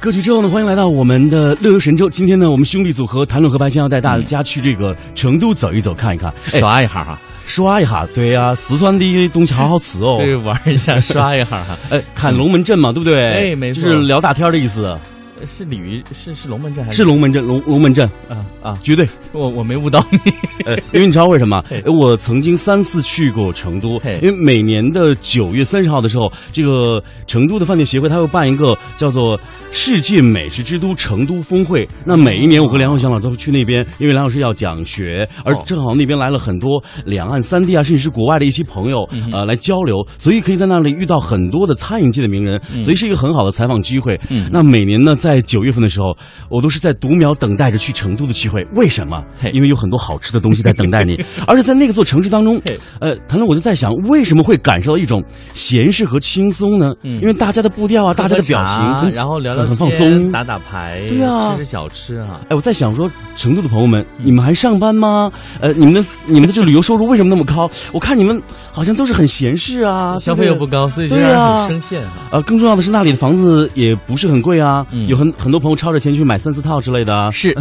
歌曲之后呢，欢迎来到我们的乐游神州。今天呢，我们兄弟组合谭论和白先要带大家去这个成都走一走，看一看，哎刷一下哈，刷一下。对呀、四川的东西好好吃哦。对，玩一下，刷一下哈。哎，看龙门阵嘛，对不对？哎没错就是聊大天儿的意思。 是鲤鱼，是是龙门阵还是龙门阵，龙龙门阵，啊啊？绝对。我我没误导 你。呃，因为你知道为什么嘿？呃我曾经三次去过成都嘿，因为每年的九月三十号的时候，这个成都的饭店协会它会办一个叫做“世界美食之都成都峰会”。那每一年我和梁浩翔老师都会去那边，因为梁老师要讲学，而哦正好那边来了很多两岸三地啊，甚至是国外的一些朋友嗯呃来交流，所以可以在那里遇到很多的餐饮界的名人，所以是一个很好的采访机会。嗯那每年呢，在九月份的时候，我都是在读秒等待着去成都的机会。为什么嘿？因为有很多好吃的东西在等待 你，而且在那个座城市当中嘿，呃，谭论我就在想，为什么会感受到一种闲适和轻松呢？嗯因为大家的步调啊，大家的表情喝喝茶很，然后聊聊很很放天松。打打牌，对啊吃吃小吃啊。哎，我在想说，成都的朋友们，你们还上班吗？呃，你们的你们的这个旅游收入为什么那么高？我看你们好像都是很闲适啊，消对费对又不高，所以就对让人啊很生陷哈。呃，更重要的是那里的房子也不是很贵啊，嗯有很很多朋友抄着钱去买三四套之类的啊。 是，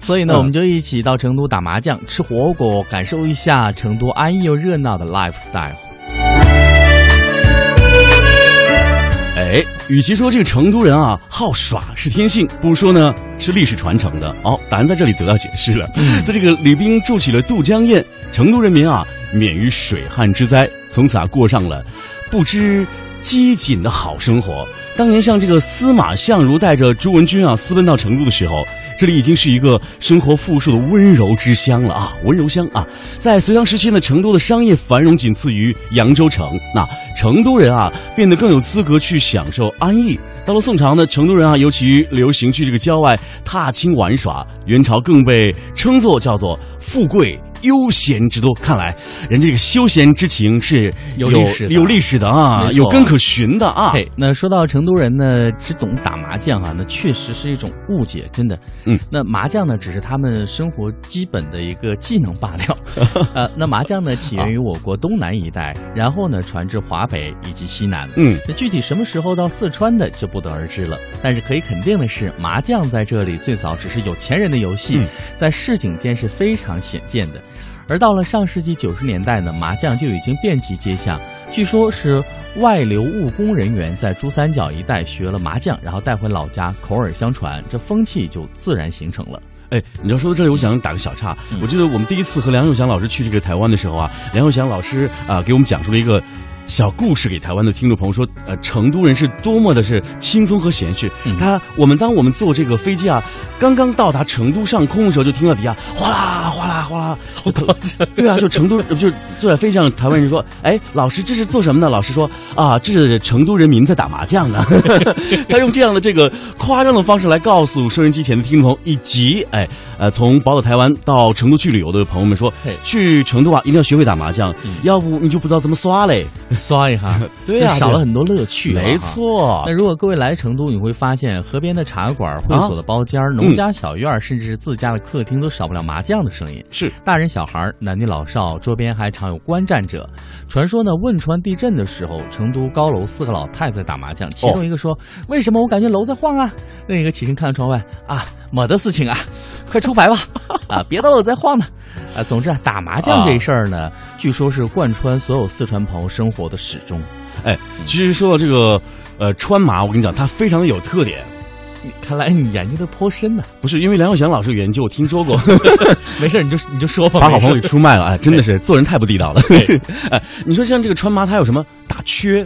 所以呢，我们就一起到成都打麻将、吃火锅，感受一下成都安逸又热闹的 lifestyle。哎，与其说这个成都人啊好耍是天性，不如说呢是历史传承的。哦，答案在这里得到解释了。在这个李冰筑起了渡江堰，成都人民啊免于水旱之灾，从此啊过上了不知饥馑的好生活。当年像这个司马相如带着朱文君啊私奔到成都的时候，这里已经是一个生活富庶的温柔之乡了啊，温柔乡啊。在隋唐时期呢，成都的商业繁荣仅次于扬州城，那成都人啊变得更有资格去享受安逸。到了宋朝呢，成都人啊尤其流行去这个郊外踏青玩耍，元朝更被称作叫做富贵。悠闲之都，看来人这个休闲之情是有历史的有历史的啊，没错有根可循的啊。嘿，那说到成都人呢，只懂打麻将啊，那确实是一种误解，真的。嗯，那麻将呢，只是他们生活基本的一个技能罢了。 呃，那麻将呢，起啊源于我国东南一带，然后呢，传至华北以及西南。嗯，那具体什么时候到四川的就不得而知了，但是可以肯定的是，麻将在这里最早只是有钱人的游戏，嗯在市井间是非常鲜见的。而到了上世纪九十年代呢，麻将就已经遍及街巷。据说是外流务工人员在珠三角一带学了麻将，然后带回老家，口耳相传，这风气就自然形成了。哎，你要说到这里，我想打个小岔。嗯我记得我们第一次和梁永祥老师去这个台湾的时候啊，梁永祥老师啊、给我们讲述了一个。小故事给台湾的听众朋友说，呃，成都人是多么的是轻松和闲适。嗯他我们当我们坐这个飞机啊，刚刚到达成都上空的时候，就听到底下哗啦哗啦哗啦， 好疼！对啊，就成都呃就是坐在飞机上，台湾人说，哎，老师这是做什么呢？老师说啊，这是成都人民在打麻将 呢。他用这样的这个夸张的方式来告诉收音机前的听众朋友，以及哎呃从宝岛台湾到成都去旅游的朋友们说嘿，去成都啊一定要学会打麻将，嗯要不你就不知道怎么刷嘞。刷一下， 对啊呀就少了很多乐趣啊了哈。没错那，如果各位来成都，你会发现河边的茶馆、会所的包间、农家小院，甚至是自家的客厅，都少不了麻将的声音。是大人小孩、男女老少，桌边还常有观战者。传说呢，汶川地震的时候，成都高楼四个老太在打麻将，其中一个说：“为什么我感觉楼在晃啊？”另一个起身看看窗外，啊，没得事情啊， 快出牌吧，啊，别到楼在晃呢。啊，总之啊，打麻将这事儿呢，据说是贯穿所有四川朋友生活的始终。哎，其实说到这个呃川麻，我跟你讲，它非常的有特点。你看来你研究的颇深呢、不是因为梁耀祥老师有研究，我听说过，没事，你就你就说 吧。把好没事朋友给出卖了，哎，真的是做人太不地道了。 哎，你说像这个川麻，它有什么打缺？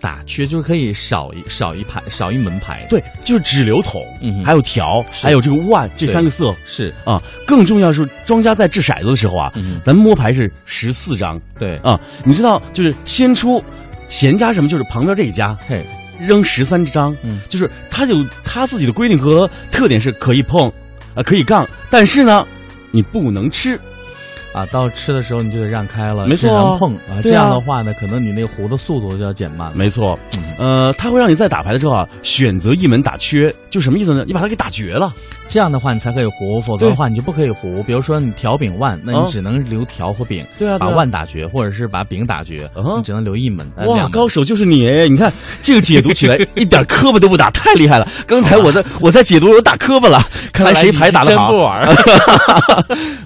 打缺就是可以少一少一排少一门牌。，对，就是指流桶，嗯哼还有条，是还有这个万这对三个色是，啊。更重要是，庄家在掷骰子的时候啊，嗯，咱们摸牌是十四张对，啊，你知道就是先出闲家什么，就是旁边这一家嘿，扔十三张，嗯就是他有他自己的规定呃和特点是可以碰，啊、可以杠，但是呢，你不能吃。啊，到吃的时候你就得让开了，没错啊尽量碰对啊啊。这样的话呢，可能你那个糊的速度就要减慢了。没错，嗯呃，它会让你在打牌的时候啊，选择一门打缺，就什么意思呢？你把它给打绝了。这样的话你才可以糊，否则对的话你就不可以糊。比如说你调饼腕，那啊你只能留条或饼，对啊对把啊腕打绝，或者是把饼打绝，啊你只能留一门。呃哇，两门高手就是你！你看这个解读起来一点磕巴都不打，太厉 害了。刚才我在我在解读，我打磕巴了，看来谁牌打得好。玩。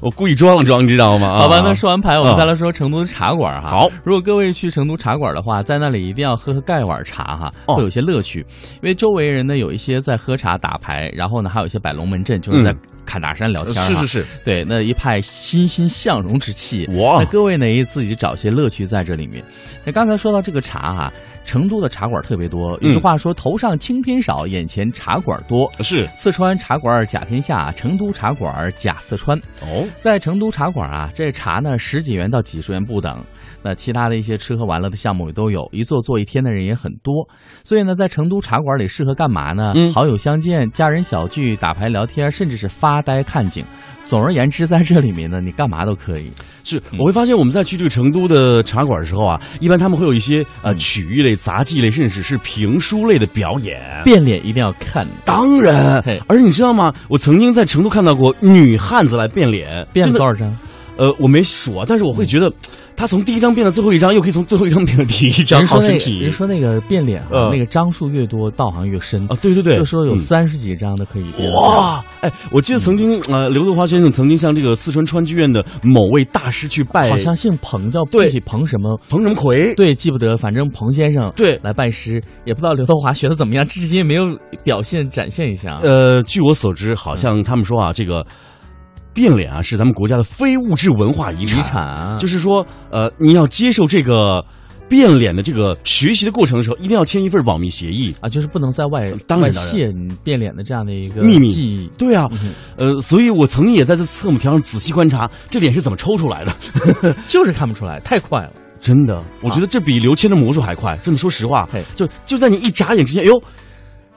我故意装了装，你知道吗？好吧啊，那说完牌，我嗯们再来说成都的茶馆哈。好，如果各位去成都茶馆的话，在那里一定要喝喝盖碗茶哈，哦会有一些乐趣。因为周围人呢有一些在喝茶打牌，然后呢还有一些摆龙门阵，就是在嗯侃大山聊天哈。是是是，对，那一派欣欣向荣之气。哇那各位呢也自己找些乐趣在这里面。那刚才说到这个茶哈、成都的茶馆特别多，有句嗯话说“头上青天少，眼前茶馆多”。是四川茶馆甲天下，成都茶馆甲四川。哦，在成都茶馆啊，这茶呢十几元到几十元不等，那其他的一些吃喝玩乐的项目也都有，一坐坐一天的人也很多。所以呢，在成都茶馆里适合干嘛呢？嗯好友相见、家人小聚、打牌聊天，甚至是发呆看景。总而言之，在这里面呢，你干嘛都可以。是，嗯我会发现我们在去这个成都的茶馆的时候啊，一般他们会有一些呃嗯曲艺类、杂技类，甚至是评书类的表演。变脸一定要看。当然嘿，而你知道吗？我曾经在成都看到过女汉子来变脸，变嗯真了的多少张？呃，我没数啊，但是我会觉得，她从第一张变到最后一张，又可以从最后一张变到第一张，人好说神那奇人说那个变脸啊，嗯那个张数越多，道行越深啊！对对对，就说有嗯三十几张的可以变。！哇，哎，我记得曾经呃，刘德华先生曾经向这个四川川剧院的某位大师去拜，好像姓彭，叫哎对具体彭什么？彭什么奎，对，记不得，反正彭先生对来拜师，也不知道刘德华学的怎么样，至今也没有表现展现一下。呃，据我所知，好像他们说啊，这个变脸啊是咱们国家的非物质文化遗产，遗产啊就是说，呃，你要接受这个变脸的这个学习的过程的时候，一定要签一份保密协议。啊，就是不能在外当然当外然泄你变脸的这样的一个秘密记忆。对啊，嗯呃，所以我曾经也在这侧幕条上仔细观察这脸是怎么抽出 来的，就是看不出来，太快了。真的，我啊觉得这比刘谦的魔术还快。真的，说实话嘿，就就在你一眨眼之间，哎呦，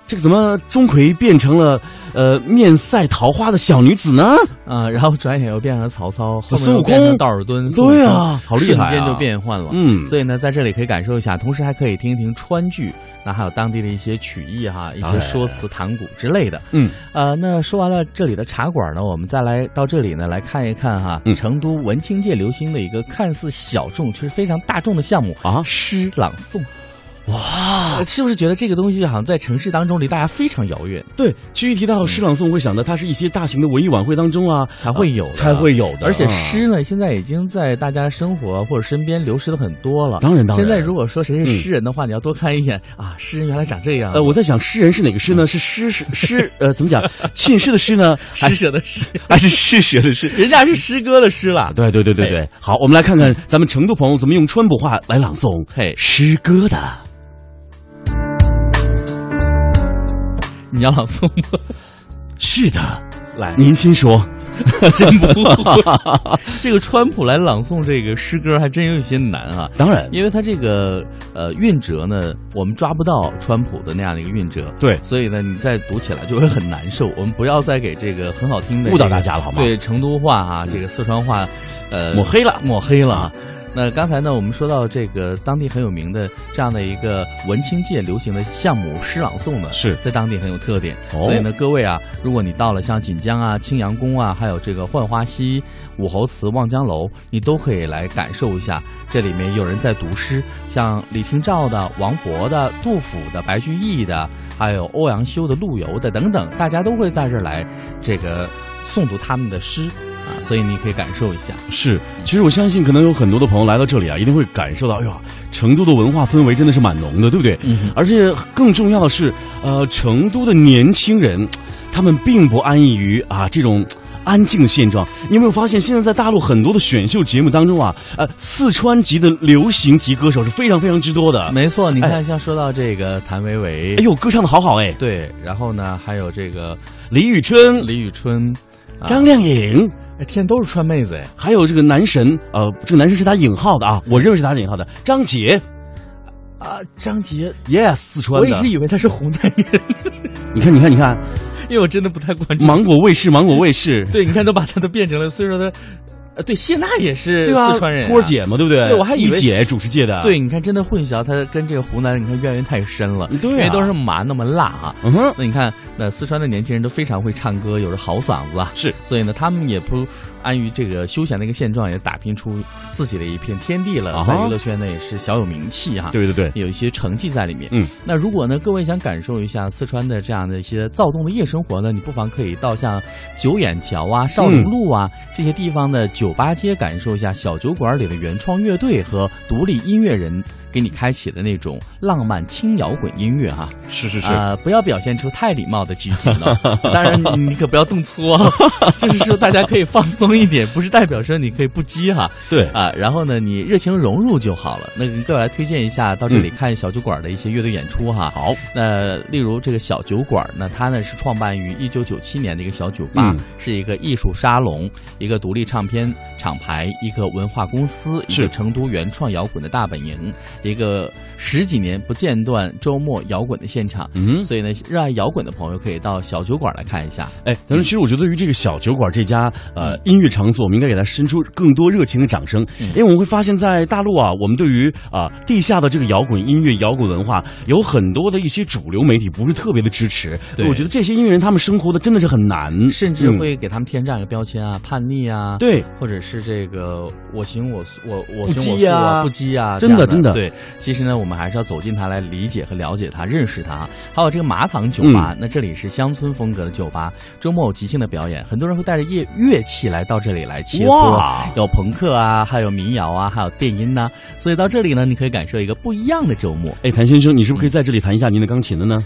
这个怎么钟馗变成了呃面赛桃花的小女子呢？啊，然后转眼又变成了曹操，后面孙悟又变成空道尔顿，对孙悟空啊好厉害啊瞬间就变换了。嗯所以呢，在这里可以感受一下，同时还可以听一听川剧，那还有当地的一些曲艺哈，一些说辞、弹鼓之类的。嗯，呃，那说完了这里的茶馆呢，我们再来到这里呢，来看一看哈，嗯成都文青界流行的一个看似小众却是非常大众的项目啊诗朗诵。哇，呃是不是觉得这个东西好像在城市当中离大家非常遥远，对，去一提到诗朗诵，会想到它是一些大型的文艺晚会当中啊才会有的才会有的，而且啊诗呢，现在已经在大家生活或者身边流失的很多了。当然当然现在如果说谁是诗人的话，你要多看一眼啊，诗人原来长这样。呃，我在想诗人是哪个诗呢？是诗是诗呃，怎么 讲？浸湿的诗呢？还施是舍的诗，还是嗜血的诗？ 哎人家是诗歌的诗了。对对对对对，好，我们来看看咱们成都朋友怎么用川普话来朗诵嘿诗歌的。你要朗诵吗？是的，来，您先说。真不会。 这个川普来朗诵这个诗歌还真有一些难啊。当然，因为他这个呃韵折呢，我们抓不到川普的那样的一个韵折，对所以呢，你再读起来就会很难受。我们不要再给这个很好听的误导这个大家了好吗对成都话啊，这个四川话，呃，抹黑了抹黑了啊。那刚才呢，我们说到这个当地很有名的这样的一个文青界流行的项目诗朗诵呢，是在当地很有特点。哦所以呢，各位啊，如果你到了像锦江啊、青羊宫啊，还有这个浣花溪、武侯祠、望江楼，你都可以来感受一下。这里面有人在读诗，像李清照的、王勃的、杜甫的、白居易的，还有欧阳修的、陆游的等等，大家都会在这儿来这个诵读他们的诗啊，所以你可以感受一下。是，其实我相信，可能有很多的朋友来到这里啊，一定会感受到，哎呀，成都的文化氛围真的是蛮浓的，对不对？嗯哼而且更重要的是，呃，成都的年轻人，他们并不安逸于啊这种。安静的现状，你有没有发现，现在在大陆很多的选秀节目当中啊，呃，四川籍的流行级歌手是非常非常之多的。哎没错，你看，像说到这个谭维维，呦，歌唱的好好哎，对，然后呢，还有这个李宇春、李宇啊春，张靓颖，哎，天，都是川妹子哎。还有这个男神，呃，这个男神是打引号的啊，我认为是打引号的，张杰啊，张杰， ，yes，四川我一的直。以为他是湖南人，你看，你看，你看，因为我真的不太关注。芒果卫视，芒果卫视，对，你看都把他都变成了，所以说他呃，对，谢娜也是对吧？四川人、啊，托儿姐嘛，对不对？对我还以为一姐主持界的，对，，你看，真的混淆他跟这个湖南人，你看渊源太深了，对啊因为都是麻那么辣啊。嗯哼，那你看，那四川的年轻人都非常会唱歌，有着好嗓子啊，是，所以呢，他们也不安于这个休闲的一个现状，也打拼出自己的一片天地啊了，哈在娱乐圈呢也是小有名气哈、，对对 对，有一些成绩在里面。嗯，那如果呢，各位想感受一下四川的这样的一些躁动的夜生活呢，你不妨可以到像九眼桥啊、少林路啊、这些地方的酒吧街，感受一下小酒馆里的原创乐队和独立音乐人给你开启的那种浪漫轻摇滚音乐哈、啊。是是是，呃，不要表现出太礼貌的拘谨 了。当然，你可不要动粗哦， 就是说大家可以放松一点，不是代表说你可以不羁哈。对，啊，然后呢，你热情融入就好了。那给我来推荐一下到这里看小酒馆的一些乐队演出哈。好，那例如这个小酒馆，那它呢是创办于一九九七年的一个小酒吧，嗯是一个艺术沙龙、一个独立唱片厂牌、一个文化公司、一是个成都原创摇滚的大本营，一个十几年不间断周末摇滚的现场。嗯，所以呢，热爱摇滚的朋友可以到小酒馆来看一下。哎，但是其实我觉得对于这个小酒馆这家呃音乐场所，我们应该给它伸出更多热情的掌声，嗯因为我们会发现，在大陆啊，我们对于啊、地下的这个摇滚音乐、摇滚文化，有很多的一些主流媒体不是特别的支持。对我觉得这些音乐人他们生活的真的是很难，甚至嗯会给他们贴上一个标签啊，叛逆啊，对，或者是这个我行我素，我我不行我羁素啊啊，不羁啊，真的这样的真的对。其实呢，我们还是要走进它来理解和了解它，认识它。还有这个麻糖酒吧，嗯那这里是乡村风格的酒吧，周末有即兴的表演，很多人会带着乐乐器来到这里来切磋。哇，有朋克啊，还有民谣啊，还有电音呐、所以到这里呢，你可以感受一个不一样的周末。哎，谭先生，你是不是可以在这里弹一下您的钢琴了呢？